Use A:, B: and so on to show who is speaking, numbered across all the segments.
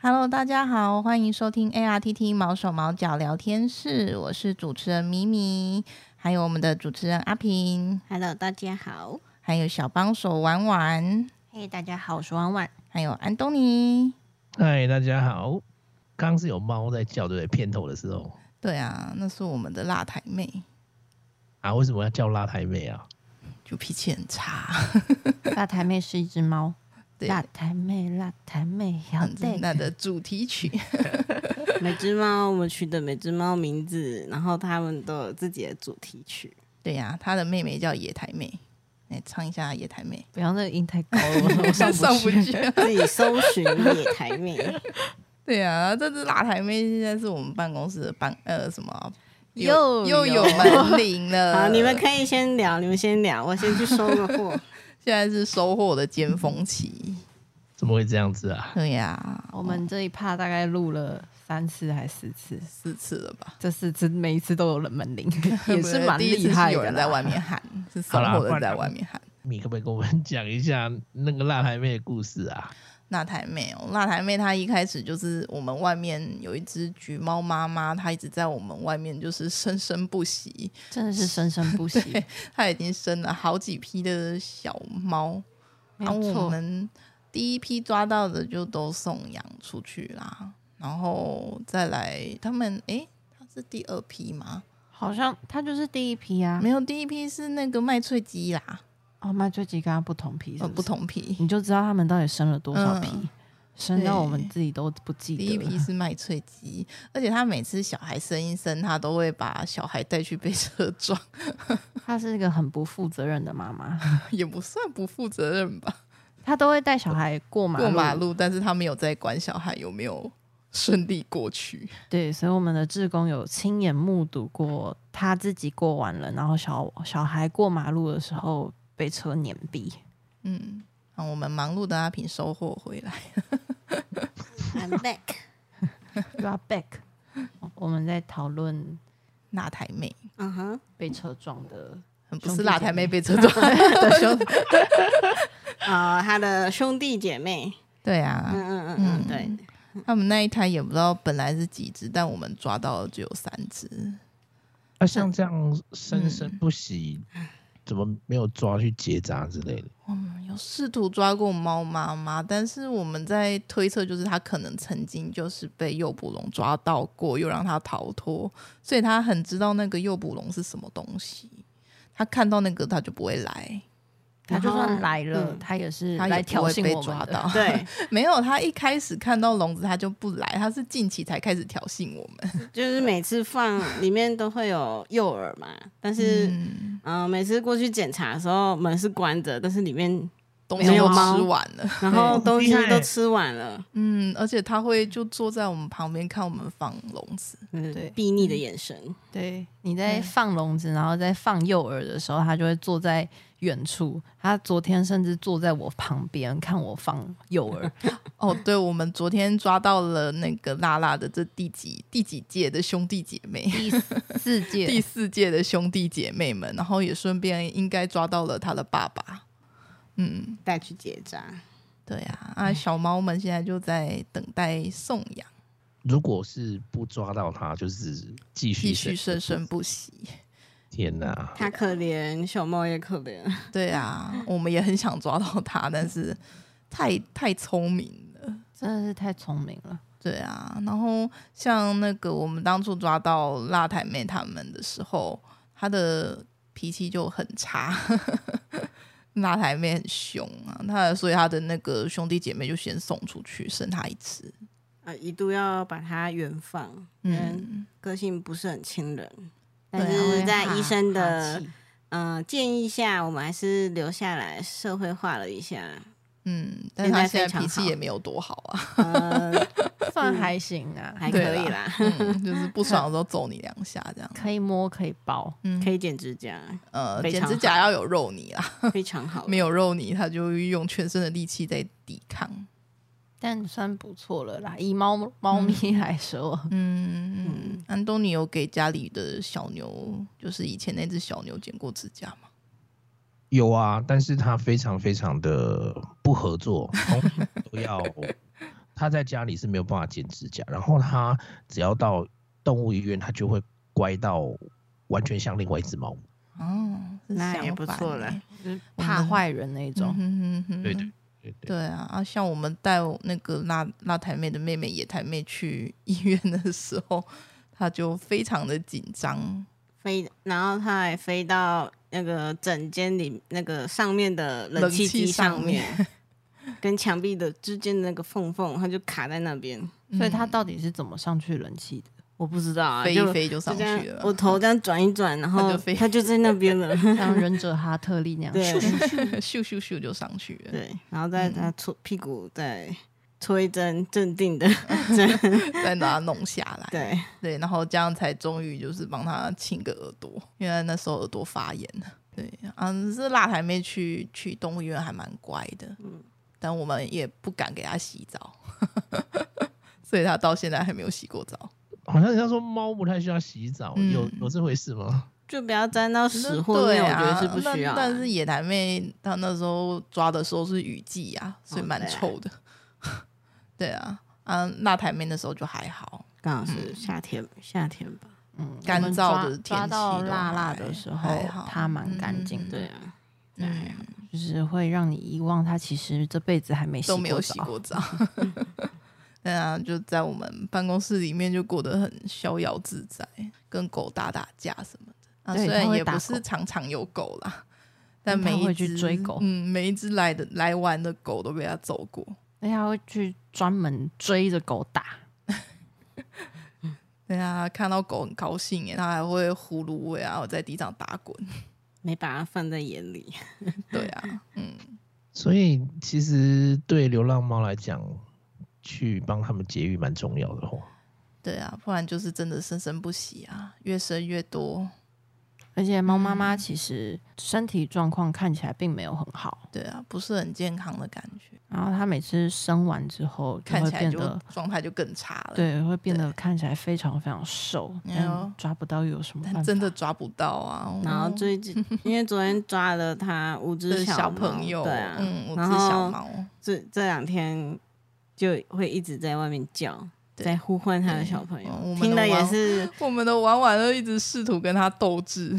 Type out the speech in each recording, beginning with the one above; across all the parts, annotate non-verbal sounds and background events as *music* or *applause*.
A: Hello，大家好，欢迎收听 ARTT 毛手毛脚聊天室，我是主持人咪咪，还有我们的主持人阿平，
B: Hello，大家好。
A: 还有小帮手婉婉，
B: 嘿、大家好，我是 *laughs* 婉婉。
A: 还有安东尼。
C: 嗨，哎大家好。刚刚是有猫在叫，对不对？片头的时候
A: 对啊，那是我们的辣台妹，
C: 啊，为什么要叫辣台妹啊？
A: 就脾气很差，
B: 辣台妹是一只猫。
A: 对
B: 辣台妹，辣台妹，好
A: 很
B: 的。
A: 那的主题曲。
B: *laughs*
D: *laughs* 每只猫，我们取的每只猫名字，然后它们都有自己的主题 *laughs* 曲。
A: 对呀、她的妹妹叫野台妹，来唱一下野台妹，
B: 不要那个音太高 *laughs* 了，我 *laughs* 上不去。
A: 上不去。
D: 自己搜寻野台妹，
A: 对啊，这只辣台妹现在是我们办公室的办呃什么
B: 又
A: 又有
B: 有
A: 门铃
B: *laughs*
A: 了。
D: 好，你们可以先聊，你们先聊，我先去收个货。
A: 现在是收获的尖峰
B: 嗯
A: 期。
C: 怎么会这样子啊？
A: 对呀、
B: 我们这一趴大概录了三次还是四次，
A: 四次了吧，
B: *laughs* 这四次每一次都有人门 *laughs* 铃，也是蛮
A: 第一次
B: 厉
A: 是
B: 害的啦。
A: 有人在外面
B: *laughs*
A: 喊，是生活的在外面喊。
C: 你可不可以跟我们讲一下那个辣台妹的故事啊？
A: 辣台妹哦，辣台妹她一开始就是我们外面有一只橘猫妈妈，她一直在我们外面就是生生不息，
B: 真的是生生不 *laughs* 息，
A: 对她已经生了好几批的小猫，
B: 没
A: 然后我
B: 错。
A: 们第一批抓到的就都送养出去啦，然后再来他们诶，他是第二批吗？
B: 好像它就是第一批啊
A: 没，有，第一批是那个麦脆鸡啦，
B: 哦，麦最吉跟它不同批是嗯
A: 呃，
B: 哦不
A: 不
B: 是，
A: 同批。
B: 你就知道它们到底生了多少批，
A: 嗯
B: 生到我们
A: 对
B: 自己都不记
A: 第
B: 得。
A: 一批是麦脆鸡，而且他每次小孩生一生，他都会把小孩带去被车撞， *laughs*
B: 她是一个很不负责任的妈妈， *laughs*
A: 也不算不负责任吧。
B: 她都会带小孩过马路。
A: 过马路，但是他没有在管小孩有没有顺利过去。
B: 对，所以我们的志工有亲眼目睹过她自己过完了，然后小小孩过马路的时候被车碾毙。
A: 嗯，让我们忙碌的阿平收获回来。
D: *laughs*
A: *laughs*
D: I'm back。
B: You are back。我 *laughs* 们在讨论
A: 辣台妹，
D: 嗯哼，
B: 被车撞的
A: 很不
B: 兄
A: 是
B: 弟
A: 辣
B: 姐
A: 台妹
B: 妹
A: 被车撞。
B: 的 *laughs* 兄弟，
D: 啊，它的兄弟姐妹，
A: *laughs* 对
D: 嗯
A: 啊，
D: 嗯嗯嗯，对，
A: 他们那一台也不知道本来是几只，但我们抓到的只有三只。
C: 那、啊像这样生生不息，怎么没有抓去结扎之类的？
A: 我们有试图抓过猫妈妈，但是我们在推测，就是它可能曾经就是被诱捕笼抓到过，又让它逃脱，所以它很知道那个诱捕笼是什么东西。它看到那个，它就不会来。
B: 他就算来了，
D: 嗯
B: 他也是
A: 它
B: 来
A: 也不
B: 挑
A: 会
B: 衅
A: 被
B: 我们
A: 抓
B: 的 *laughs*
A: 到。
D: 对，
A: 没有，它一开始看到笼子，它就不来。它是近期才开始挑衅我们。
D: 就是每次放里面都会有诱饵嘛，但是
A: 嗯，
D: 嗯、呃每次过去检查的时候门是关着，但是里面
A: 东
D: 没
A: 西
D: 有
A: 都
D: 猫
A: 吃完了。
D: 然后
C: 对
D: 东西
C: 厉害
D: 都吃完了，
A: 嗯，而且它会就坐在我们旁边看我们放笼子。
D: 嗯
B: 对，
D: 睥睨的眼神，
B: 对，你在
A: 嗯
B: 放笼子，然后在放诱饵的时候，他就会坐在远处。他昨天甚至坐在我旁边看我放诱饵，
A: 哦，对，我们昨天抓到了那个辣辣的这第几第几届的兄弟姐妹，
B: 第四
A: *laughs* 第
B: 届
A: 四届的兄弟姐妹们，然后也顺便应该抓到了他的爸爸。嗯，
D: 带去结扎。
A: 对啊，啊，小猫们现在就在等待送养，
C: 如果是不抓到它，就是继续
A: 继续生生
C: 生。
A: 不息。
C: 天啊哪、
D: 它可怜，小猫也可怜。
A: 对啊，我们也很想抓到它，但是太太聪明了。
B: 真的是太聪明了。
A: 对啊，然后像那个我们当初抓到辣台妹他们的时候，她的脾气就很差，辣台妹很凶啊，她所以她的那个兄弟姐妹就先送出去，剩她一只。
D: 啊，一度要把它远放，嗯，
A: 嗯，
D: 个性不是很亲人，
A: 对啊
D: 但是嗯在医生的
B: 哈气
D: 嗯、呃建议下，我们还是留下来社会化了一下，
A: 嗯，但是她现
D: 现在非
A: 在
D: 常
A: 脾气
D: 好
A: 也没有多好啊，
D: 呃，
B: 算还行啊，
D: 还可
A: 对
D: 以
A: 啦
D: 啦，
A: 嗯，就是不爽的时候揍你两下这样。
B: 可以摸可以抱，
A: 嗯
D: 可，以剪指甲，
A: 呃，
D: 非
A: 剪
D: 常
A: 指甲
D: 好
A: 要有肉泥啦，
D: 非常好。
A: *laughs* 没有肉泥，她就用全身的力气在抵抗。
B: 但算不错了啦。以猫猫咪来说，
A: 嗯，嗯安东尼有给家里的小牛，就是以前那只小牛剪过指甲吗？*laughs*
C: 有啊，但是他非常非常的不合作，通常都要他他在家里是没有办法剪指甲，然后他只要到动物医院，他就会乖到完全像另外一只猫。
A: 哦，是
D: 那也
A: 相
D: 不
A: 反
D: 错
A: 欸
D: 了，
B: 就是
A: 我
B: 怕
A: 们
B: 坏人那一
A: 嗯
B: 种。
A: 哼哼哼
C: 对对对对，
A: 对啊，啊，像我们带我那个辣辣台妹的妹妹野台妹去医院的时候，她就非常的紧张。
D: 飞，然后它还飞到那个整间里那个上面的冷气机面，跟墙壁的之间的那个缝缝，它就卡在那边。
B: 所以他
A: 嗯
B: 到底是怎么上去冷
D: *laughs*
B: 气的？
D: 我不知道啊，
A: 飞
D: 就
A: 一飞就
D: 就
A: 上
D: 这
A: 去
D: 样
A: 了，，
D: 我头这样转一转，
A: *laughs*
D: 然
A: 它
D: 后
A: 就飞
D: 它就在那边
A: *laughs*
D: 了。
B: 像忍者哈特利那样，
D: 对
A: 咻咻咻就上去了。
D: 对，然后在它搓屁股再搓一针，镇
A: *laughs*
D: 定的
A: *laughs* 再把它弄下来。
D: 对。
A: 对然后这样才终于就是帮他清个耳朵，因为那时候耳朵发炎了。对，啊，这辣台妹去去动物医院还蛮乖的，嗯，但我们也不敢给她洗澡， *laughs* 所以她到现在还没有洗过澡。
C: 好像人家说猫不太需要洗澡，
A: 嗯
C: 有有这回事吗？
D: 就不要沾到屎
A: 那
D: 或
A: 对
D: 尿，我
A: 啊，
D: 觉得是不需
A: 那
D: 要啊。
A: 但是野台妹她那时候抓的时候是雨季啊，所以
D: 哦
A: 蛮
D: 对啊
A: 臭的。 *laughs* 对啊，啊，辣台妹那时候就还好，
D: 刚好
A: 嗯
D: 是夏天，夏天吧。
B: 嗯，
A: 干
B: 我们
A: 燥
B: 抓
A: 的天
B: 抓到
A: 气都
B: 辣辣
A: 还
B: 的时
A: 还
B: 候
A: 好，
B: 它蛮干净
A: 嗯
B: 的，
D: 对啊，
A: 嗯，
B: 就是会让你遗忘它其实这辈子还没洗
A: 都没有
B: 过
A: 洗
B: 澡
A: 过澡。 *laughs* 对啊，就在我们办公室里面就过得很逍遥自在，跟狗打打架什么的。啊，
B: 对
A: 虽
B: 它
A: 然
B: 会
A: 也不
B: 打狗
A: 是常常有狗
B: *laughs*
A: 啦，但
B: 它
A: 每一
B: 会去
A: 只
B: 追狗
A: 嗯，每一只来的来玩的狗都被它揍过。
B: 而且它会去专门追着狗打，
A: 对啊，看到狗很高兴欸耶，它还会呼芦苇啊，我在地上打滚。
D: 没把它放在眼里。
A: 对
B: *laughs*
A: 啊，嗯，
C: 所以其实对流浪猫来讲，去帮它们节育蛮重要的哦。
A: 对啊，不然就是真的生生不息啊，越生越多。
B: 而且猫妈
A: 嗯
B: 妈其实身体状况看起来并没有很好，
A: 对啊，不是很健康的感觉，
B: 然后它每次生完之后就
A: 看
B: 会
A: 起来
B: 变
A: 就
B: 得。
A: 状态就更差了。
B: 对，会变得看起来非常非常瘦，
A: 哎呦
B: 但抓不到有什么办法。
A: 但真的抓不到啊。
D: 然后
A: 哦
D: 最近，
A: *laughs*
D: 因为昨天抓了它五
A: 这
D: 只
A: 小
D: 猫
A: 朋友，
D: 对啊，
A: 嗯，我
D: 然
A: 是
D: 后
A: 小猫，
D: 这这两天就会一直在外面叫，
A: 对
D: 在呼唤它的小朋友
A: 嗯我，们
D: 听
A: 的
D: 的也
A: 娃
D: 是
A: 我们的婉婉都一直试图跟他斗
D: *laughs*
A: 智，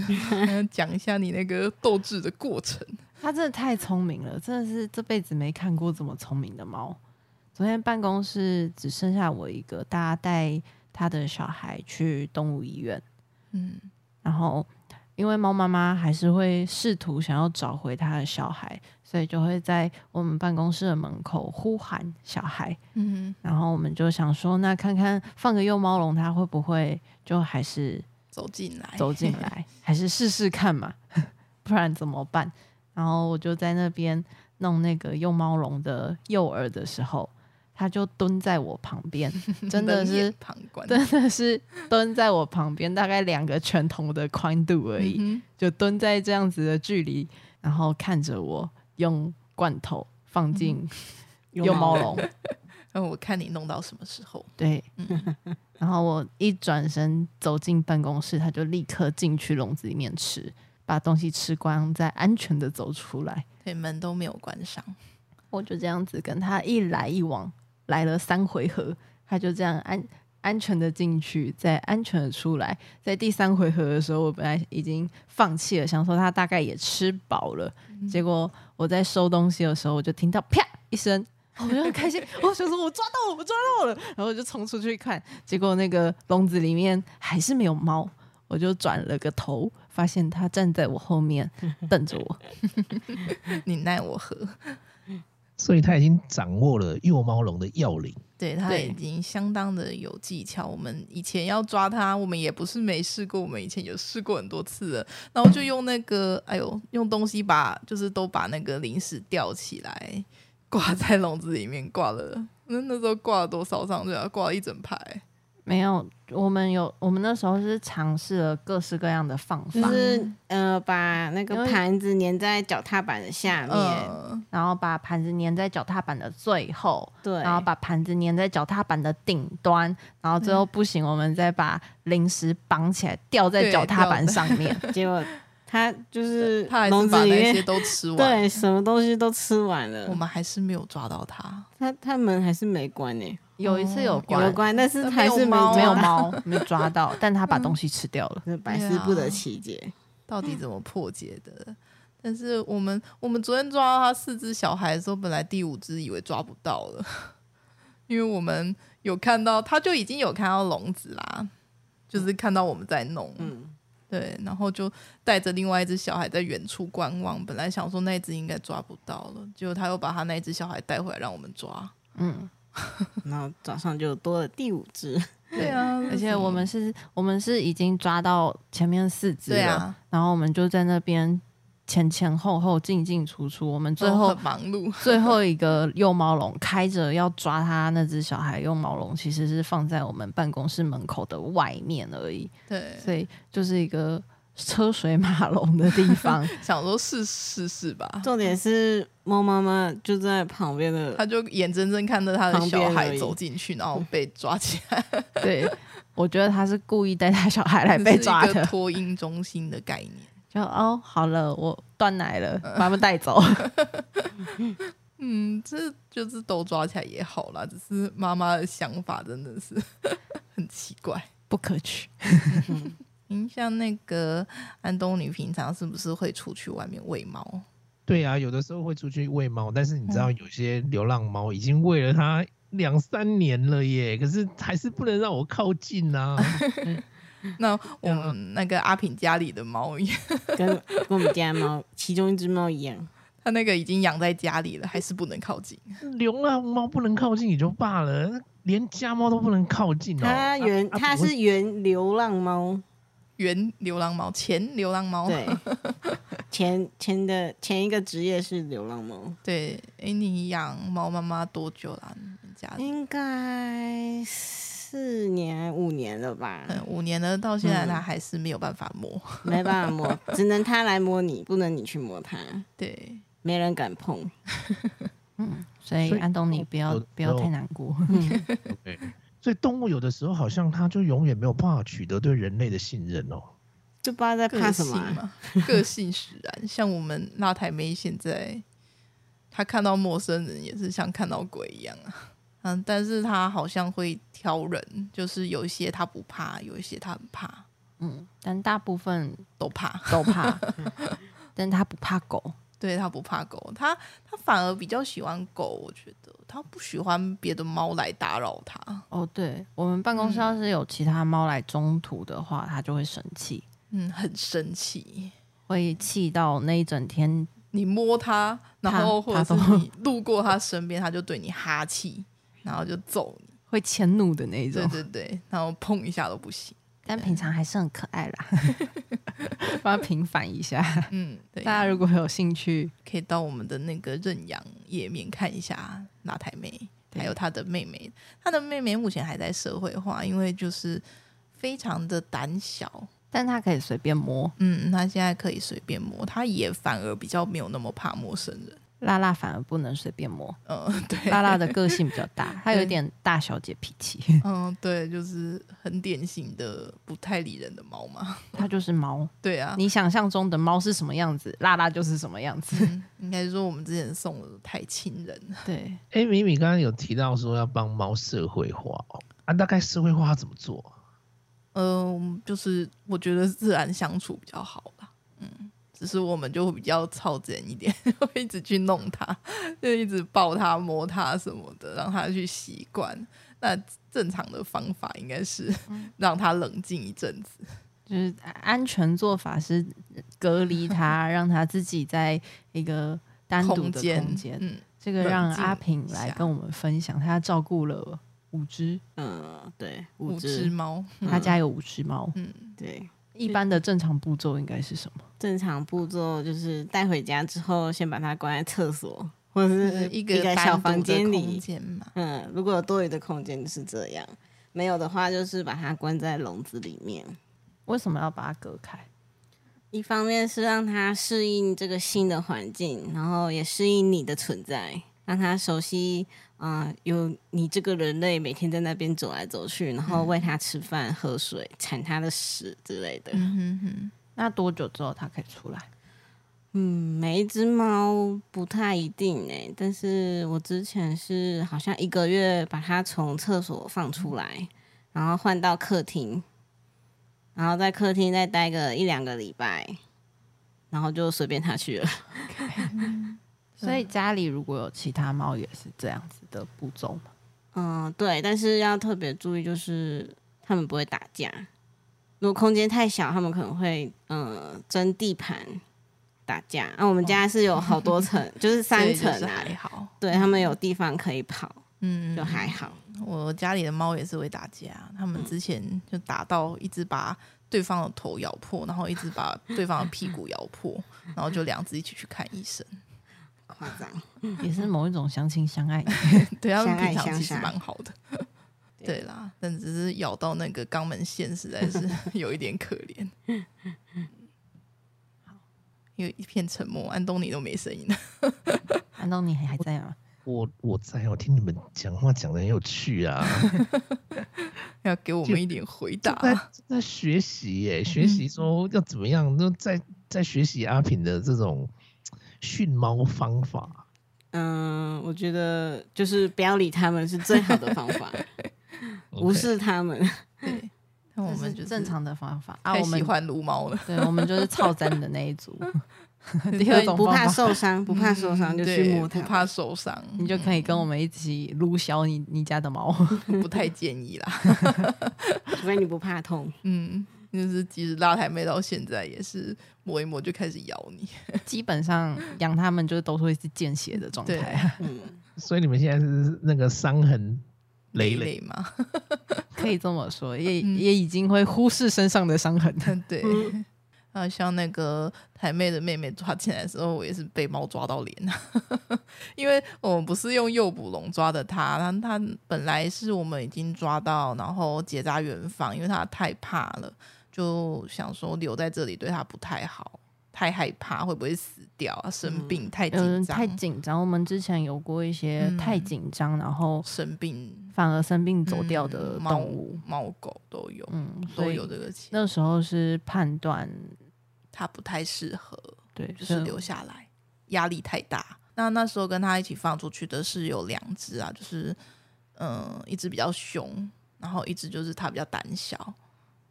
A: 讲一下你那个斗智的过程。
B: 它真的太聪明了，真的是这辈子没看过这么聪明的猫。昨天办公室只剩下我一个，大家带他的小孩去动物医院，
A: 嗯，
B: 然后因为猫妈妈还是会试图想要找回他的小孩，所以就会在我们办公室的门口呼喊小孩。
A: 嗯，
B: 然后我们就想说，那看看放个幼猫笼，它会不会就还是
A: 走进来，
B: 走进
A: *laughs*
B: 来，还是试试看嘛， *laughs* 不然怎么办？然后我就在那边弄那个幼猫笼的诱饵的时候，它就蹲在我旁
A: *laughs*
B: 边，真的
A: 冷
B: 是
A: 眼旁观，
B: 真的是蹲在我旁边，大概两个拳头的宽度而已，
A: 嗯
B: 就蹲在这样子的距离，然后看着我用罐头放进幼猫笼， *laughs*
A: 哼，那我看你弄到什么时候。
B: 对，
A: 嗯，
B: 然后我一转身走进办公室，他就立刻进去笼子里面吃，把东西吃光，再安全的走出来。
A: 对，门都没有关上，
B: 我就这样子跟他一来一往，来了三回合，他就这样安安全的进去，再安全的出来。在第三回合的时候，我本来已经放弃了，想说他大概也吃饱了，结果我在收东西的时候，我就听到啪一声。我就很开心，我想说我抓到了，我抓到了，然后我就冲出去看，结果那个笼子里面还是没有猫，我就转了个头，发现它站在我后面瞪着我。
A: 你奈我何？
C: 所以它已经掌握了幼猫笼的要领。
A: 对他
B: 对
A: 已经相当的有技巧。我们以前要抓他，我们也不是没试过，我们以前有试过很多次了。然后就用那个，哎呦，用东西把，就是都把那个零食吊起来，挂在笼子里面，挂了。 *laughs* 那那时候挂了多少张？对啊，挂了一整排。
B: 没有，我们有，我们那时候是尝试了各式各样的放
A: 嗯
B: 法，
D: 就是呃，把那个
B: 因为
D: 盘子粘在脚踏板的下面，
A: 嗯，
B: 然后把盘子粘在脚踏板的最后，
D: 对，
B: 然后把盘子粘在脚踏板的顶端，然后最后不行，我们再把零食绑起来吊在
A: 对
B: 脚踏板
A: *laughs* 吊在
B: 上面。
D: 结果它就是
A: 他还
D: 笼
A: 是
D: 子
A: 把
D: 里
A: 那些
D: 面
A: 都吃完，
D: *laughs* 对什么东西都吃完
A: 我
D: 了，
A: 们还是没有抓到它。
D: 它它门还是没关呢、
B: 有一次
A: 哦
B: 有
A: 有
B: 关
D: 有关，但是
A: 但
D: 还是
A: 没有猫啊
D: 抓
B: 没有
D: 到，
B: 猫，没抓到，但他把
A: 嗯
B: 东西吃掉了。
D: 是百思不
A: 啊
D: 得其解。
A: 到底怎么破解的？但是我们我们昨天抓到他四只小孩的时候，本来第五只以为抓不到了， *laughs* 因为我们有看到，他就已经有看到笼子啦，就是看到我们在弄，
D: 嗯，
A: 对，然后就带着另外一只小孩在远处观望。本来想说那只应该抓不到了，结果他又把他那只小孩带回来让我们抓。
B: 嗯，
D: 然后早上就多了第五只，
A: 对啊，
B: 而且我们是，我们是已经抓到前面四只了，
A: 对啊，
B: 然后我们就在那边前前后后进进出出，我们最
A: 都
B: 后
A: 很忙碌，
B: 最后一个幼猫笼开着要抓它那只小孩，幼猫笼其实是放在我们办公室门口的外面而已，
A: *laughs* 对，
B: 所以就是一个车水马龙的地
A: *laughs*
B: 方。
A: 想说试试试吧。
D: 重点是猫妈妈就在旁边的，
A: 他就眼睁睁看着他的
D: 旁边
A: 小
D: 而
A: 孩
D: 已
A: 走进去，然后被抓起 *laughs* 来，
B: 对，我觉得他是故意带他小孩来被抓
A: 这是一
B: 的
A: 个，脱音中心的概念。
B: 就哦，好了，我断奶了，
A: 呃
B: 把他们带走。
A: *laughs*
B: *laughs*
A: 嗯，这就是都抓起来也好啦，只是妈妈的想法真的是 *laughs* 很奇怪。
B: 不可取。
A: 嗯，像那个安东尼平常是不是会出去外面喂猫？
C: 对啊，有的时候会出去喂猫，但是你知道
D: 嗯
C: 有些流浪猫已经喂了它两三年了耶，可是还是不能让我靠近
D: *laughs*
C: 啊。
A: 那我们那个阿平家里的猫也， *laughs*
D: 跟跟我们家猫其中一只猫一样，
A: 他那个已经养在家里了，还是不能靠近。
C: 流浪猫不能靠近也就罢了，连家猫都不能靠近哦。
D: 它原
C: 啊
D: 它
C: 不会
D: 是原流浪猫，
A: 原流浪猫，前流浪猫， *laughs*
D: 对，前前的前一个职业是流浪猫，
A: 对，哎，你养猫妈妈多久啦？你们家里？
D: 应该四年五年了吧，
A: 嗯，五年了，到现在
D: 嗯
A: 它还是没有办法摸。 *laughs*
D: 没办法摸，只能它来摸你，不能你去摸它，
A: 对，
D: 没人敢碰。
B: 嗯，所以
C: 所以
B: 安东尼不要
C: 有
A: 哦
C: 的
B: 不要
C: 时候
B: 太难过。
D: 嗯，
C: 对，所以动物有的时候好像它就永远没有办法取得对人类的信任哦。
D: 就不知道在
A: 个
D: 怕什
A: 性
D: 么啊、
A: 嘛，个性使然。像我们辣台妹现在，她看到陌生人也是像看到鬼一样啊。嗯，但是她好像会挑人，就是有一些她不怕，有一些她很怕，
B: 嗯，但大部分
A: 都怕。*laughs*
B: 都怕，但他不怕狗。
A: 对她不怕狗，她她反而比较喜欢狗，我觉得她不喜欢别的猫来打扰她。
B: 哦，对，我们办公
A: 嗯
B: 室要是有其他猫来中途的话，它就会生气，
A: 嗯，很生气。
B: 会气到那一整天。
A: 你摸它，然后或
B: 它
A: 者
B: 它
A: 是
B: 都
A: 你路过它身边，它就对你哈气，然后就揍你。
B: 会迁怒的那一
A: 对
B: 种，
A: 对对，然后碰一下都不行。
B: 但平常还是很可爱啦， *laughs* 帮它平反一下。
A: 嗯，对，
B: *laughs* 大家如果有兴趣，
A: 可以到我们的那个认养页面看一下拉台妹，
B: 对
A: 还有她的妹妹。她的妹妹目前还在社会化，因为就是非常的胆小。
B: 但它可以随便摸，
A: 嗯，她现在可以随便摸，她也反而比较没有那么怕陌生人。
B: 拉拉反而不能随便摸。
A: 嗯， *laughs* 对，
B: 拉拉的个性比较大，它有点大小姐脾气， *laughs*
A: 嗯，对，就是很典型的不太理人的猫嘛。 *laughs*
B: 它就是猫。
A: 对啊，
B: 你想象中的猫是什么样子，拉拉就是什么样子。 *laughs*
A: 嗯应该说我们之前送的太亲人了。
B: 对，
C: 哎，米米刚刚有提到说要帮猫社会化哦，啊，大概社会化怎么做？啊
A: 嗯，就是我觉得自然相处比较好啦。嗯，只是我们就会比较操整一点， *laughs* 会一直去弄它，就一直抱它、摸它什么的，让它去习惯。那正常的方法应该是
D: 嗯
A: 让它冷静一阵子。
B: 就是安全做法是
A: *laughs*
B: 隔离它，让它自己在一个单独
A: 空
B: 的
A: 间，
B: 空间。
A: 嗯，
B: 这个
A: 冷
B: 让
A: 静
B: 阿平
A: 一
B: 来
A: 下
B: 跟我们分享，他照顾了五只，
D: 嗯，对，
A: 五
D: 五
A: 只
D: 只，
A: 猫，
B: 他家有五只猫。
A: 嗯，
D: 对。
B: 一般的正常步骤应该是什么？
D: 正常步骤就是带回家之后，先把它关在厕所， *laughs* 或者
A: 就是是呃一
D: 个
A: 个
D: 小
A: 单独
D: 房
A: 的
D: 间
A: 空
D: 里。
A: 间嘛。
D: 嗯，如果有多余的空间就是这样，没有的话就是把它关在笼子里面。
B: 为什么要把它隔开？
D: 一方面是让它适应这个新的环境，然后也适应你的存在，让它熟悉，啊、有你这个人类每天在那边走来走去，然后喂它吃饭、喝水、铲它的屎之类的。
A: 嗯哼哼，
B: 那多久之后它可以出来？
D: 嗯，每一只猫不太一定哎、但是我之前是好像一个月把它从厕所放出来，然后换到客厅，然后在客厅再待个一两个礼拜，然后就随便它去了。
B: 所
A: 嗯
B: 以家里如果有其他猫也是这样子的步骤吗？
D: 嗯，对，但是要特别注意，就是它们不会打架。如果空间太小，它们可能会嗯争地盘打架。那、我们家是有好多层，就是三层
A: 所以就是
D: 啊
A: 还，好。
D: 对它们有地方可以跑，
A: 嗯，
D: 就还好。
A: 我家里的猫也是会打架，它
D: 嗯
A: 们之前就打到一只把对方的头咬破，然后一只把对方的屁股咬破，然后就两只一起去看医
D: *laughs*
A: 生。
D: 夸张，
B: 嗯也是某一种相亲
A: *laughs*
B: 相爱。
A: 对，它们
D: 相爱
A: 平常其实
D: 相杀
A: 蛮好的。 *laughs* 对啦，但只是咬到那个肛门线，实在是有一点可
D: *laughs*
A: 怜。有一片沉默，安东尼都没声音 *laughs* 了。
B: 安东尼还还在吗？
C: 我我在，我听你们讲话讲的很有趣啊，
A: 要给我们一点回答
C: 正。在正在学习耶，学习说要怎么样，都在在学习阿品的这种训猫方法。
D: 嗯，我觉得就是不要理他们是最好的方法，无
C: OK，
D: 视
A: *laughs*
D: 他们。
A: *laughs* 对，那我
B: 这
A: 们
B: 是
A: 就是
B: 正常的方法啊。
A: 太
B: 我
A: 喜
B: 们
A: 欢撸猫了。
B: 对，我们就是 *laughs* 超赞的那一
A: *laughs*
B: 组。第二种
D: *laughs* 不
B: 方
D: 怕
B: 法，
D: 受伤，不怕受伤就去
A: 嗯对
D: 摸它
A: 不
D: 们，
A: 怕受伤，
B: 你就可以跟我们一起撸小你你家的猫。
A: *laughs* 不太建议啦。
D: 除非你不怕痛。
A: 嗯，就是即使辣台妹到现在也是磨一磨就开始咬你。
B: *laughs* 基本上养它们就是都是会是见血的状态啊，
D: 嗯，
C: 所以你们现在是那个伤痕累累，
A: 累
B: *laughs*
A: 吗？
B: 可以这么说，也、
A: 嗯
B: 也已经会忽视身上的伤痕。
A: 对。
B: 嗯
A: 啊，像那个台妹的妹妹抓进来的时候，我也是被猫抓到脸，啊 *laughs* 因为我们不是用诱捕笼抓的它，它它本来是我们已经抓到，然后结扎远放，因为它太怕了，就想说留在这里对它不太好，太害怕会不会死掉啊？生病、太
B: 嗯有人
A: 紧张，
B: 太紧张，我们之前有过一些
A: 嗯
B: 太紧张，然后
A: 生病
B: 反而生病走掉
A: 嗯
B: 的
A: 猫
B: 动物。
A: 猫狗都有，
B: 嗯，
A: 都
B: 所以
A: 有这个情，
B: 那时候是判断
A: 它不太适合，
B: 对，
A: 就是
B: 所以
A: 留下来，压力太大。那那时候跟它一起放出去的是有两只啊，就是嗯，一只比较凶，然后一只就是它比较胆小。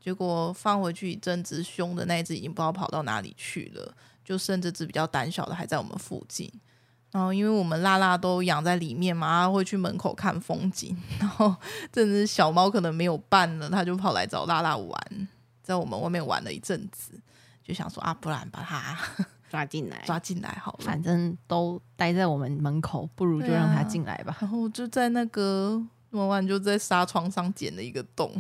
A: 结果放回去一阵子，凶的那一只已经不知道跑到哪里去了，就剩这只比较胆小的还在我们附近。然后因为我们辣辣都养在里面嘛，它会去门口看风景。 *laughs* 然后这只小猫可能没有伴了，它就跑来找辣辣玩，在我们外面玩了一阵子，就想说啊，不然把它
D: 抓进来，
A: 抓进来好了。
B: 反正都待在我们门口，不如就
A: 对啊
B: 让它进来吧。
A: 然后就在那个婉婉就在纱窗上剪了一个
B: *laughs*
A: 洞，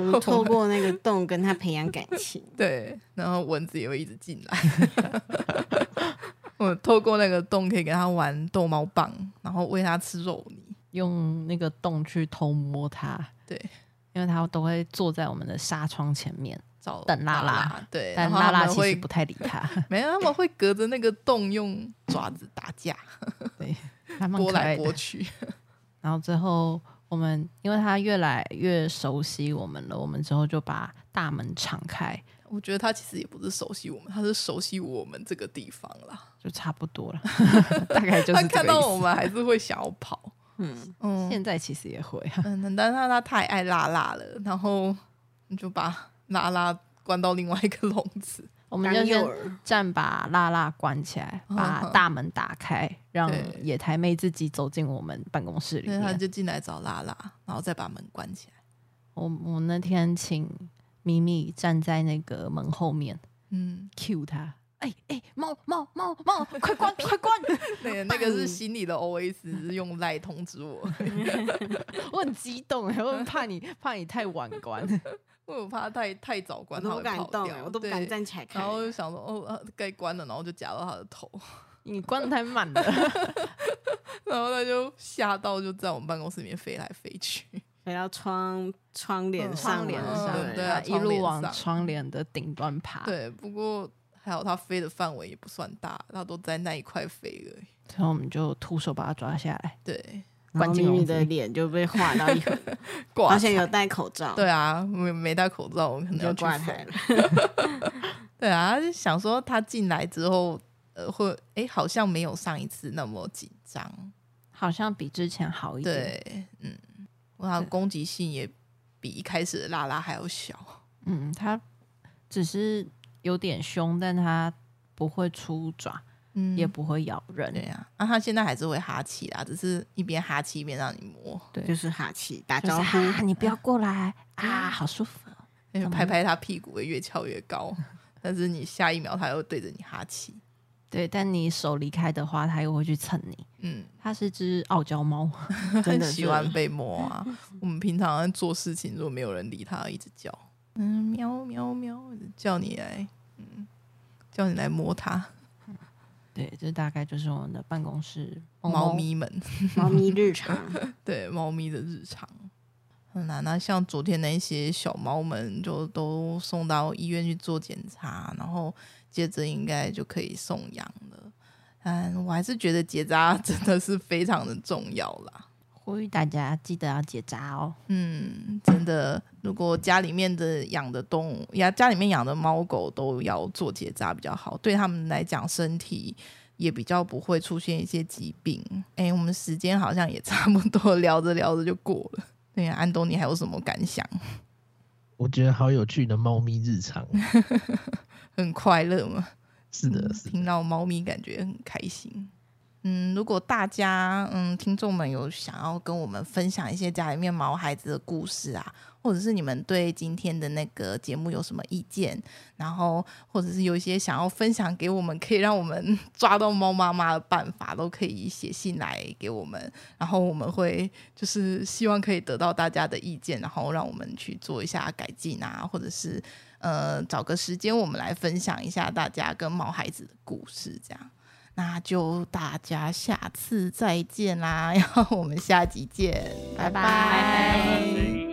A: *laughs*
D: 们透过那个洞跟它培养感情。
A: 对，然后蚊子也会一直进来。 *laughs* 我透过那个洞可以跟它玩逗猫棒，然后喂它吃肉泥。
B: 用那个洞去偷摸它，
A: 对，
B: 因为它都会坐在我们的纱窗前面，
A: 找
B: 等
A: 拉
B: 拉拉
A: 拉，对，
B: 但
A: 然后
B: 拉
A: 他
B: 拉
A: 们
B: 其实
A: 会
B: 不太理它。
A: *laughs* 没有，他们会隔着那个洞用爪子打
B: *laughs*
A: 架，
B: 对，还蛮
A: 拨
B: 可爱
A: 来
B: 的
A: 拨去。
B: 然后最后我们因为它越来越熟悉我们了，我们之后就把大门敞开，
A: 我觉得他其实也不是熟悉我们，他是熟悉我们这个地方啦。
B: 就差不
A: *laughs*
B: 多了，大概就是这个
A: 他
B: 意思
A: 看到我。们还是会想要跑，
D: 嗯，
A: 嗯
B: 现在其实也会啊，
A: *laughs* 嗯，但是他太爱拉拉了，然后你就把拉拉关到另外一个笼子，
B: 我们
D: 当
B: 就先
D: 诱饵，
B: 站把拉拉关起来，
A: 嗯
B: 把
A: 嗯
B: 大门打开，让
A: 对
B: 野台妹自己走进我们办公室里
A: 那他
B: 面。
A: 就进来找拉拉，然后再把门关起来。
B: 我我那天请咪咪站在那个门后面
A: 嗯，
B: cue 她，哎哎，猫猫猫猫，快关快关！ *laughs*
A: 那 *laughs* 个那个是心里的 OS，是用赖通知我， *laughs*
B: 我很激动哎，我很怕你怕你太晚关。
A: 我怕太太早
D: 我
A: 关他
D: 都
A: 会
D: 不敢
A: 跑
D: 动
A: 掉，，
D: 我都不敢
A: 对
D: 站起来看
A: 然。后就想说，哦，呃该关了，然后就夹到他的头，
B: 你关的太慢了，
A: *laughs* 然后他就吓到，就在我们办公室里面飞来飞去。
D: 回到窗窗帘
A: 嗯
D: 上
A: 窗
D: 嘛，
A: 帘上对
D: 对
A: 啊
B: 一
A: 窗帘
B: 路往
A: 上
B: 窗帘的顶端
D: 啊
B: 爬。，
A: 对，不过还好他飞的范围也不算大，他都在那一块飞而已。
B: 然后我们就徒手把它抓下来，
A: 对，
D: 然
B: 关
D: 后
B: 进
D: 咪咪
B: 笼子
D: 的
B: 里
D: 脸就被划到
A: *laughs*
D: 一痕，
A: 挂
D: 好险
A: 彩
D: 有戴口罩，
A: 对，啊，没没戴口罩，我可能要
D: 就
A: 去
D: 挂
A: 缝
D: 台了。
A: 对啊，就想说他进来之后，呃，会哎、好像没有上一次那么紧张。
B: 好像比之前好一点。
A: 对，嗯，我想
B: 对
A: 攻击性也比一开始的拉拉还要小。
B: 嗯，它只是有点凶，但它不会出爪，
A: 嗯
B: 也不会咬人。
A: 对啊，那、他现在还是会哈气啦，只是一边哈气一边让你摸，
B: 对
D: 就是哈气打
B: 就是
D: 招呼，
B: 啊，你不要过来啊，好舒服哦。
A: 因为
B: 干嘛
A: 拍拍他屁股会越翘越高，但是你下一秒他又对着你哈气。
B: 对，但你手离开的话，它又会去蹭你。
A: 嗯，
B: 它是只傲娇猫， *laughs*
D: 真的
A: 喜
D: 是
A: 欢被摸
D: *laughs*
A: 啊。我们平常做事情，如果没有人理它，一直叫，嗯，喵喵喵，叫你来，嗯，叫你来摸它，
B: 对，这大概就是我们的办公室猫
A: 猫
B: 猫。
A: 咪们，
D: 猫咪日常，
A: 对，猫咪的日常。很难啊，像昨天那些小猫们就都送到医院去做检查，然后接着应该就可以送养了。嗯，我还是觉得结扎 *laughs* 真的是非常的重要啦。
B: 呼吁大家记得要结扎哦。
A: 嗯，真的，如果家里面的养的动物，呀，家里面养的猫狗都要做结扎比较好，对他们来讲，身体也比较不会出现一些疾病。 *laughs* 哎，我们时间好像也差不多， *laughs* 聊着聊着就过了。对呀、啊安东尼还有什么感想？
C: 我觉得好有趣的猫咪日常。
A: 很快乐吗？
C: 是的， *laughs*
A: 嗯
C: 是的
A: 听到猫咪感觉很开心。嗯，如果大家嗯听众们有想要跟我们分享一些家里面毛孩子的故事啊，或者是你们对今天的那个节目有什么意见，然后或者是有一些想要分享给我们，可以让我们 *laughs* 抓到猫妈妈的办法，都可以写信来给我们，然后我们会就是希望可以得到大家的意见，然后让我们去做一下改进啊，或者是呃，找个时间我们来分享一下大家跟毛孩子的故事，这样。那就大家 *laughs* 下次再见啦，然后我们下集见，拜拜
B: 拜拜
C: 哎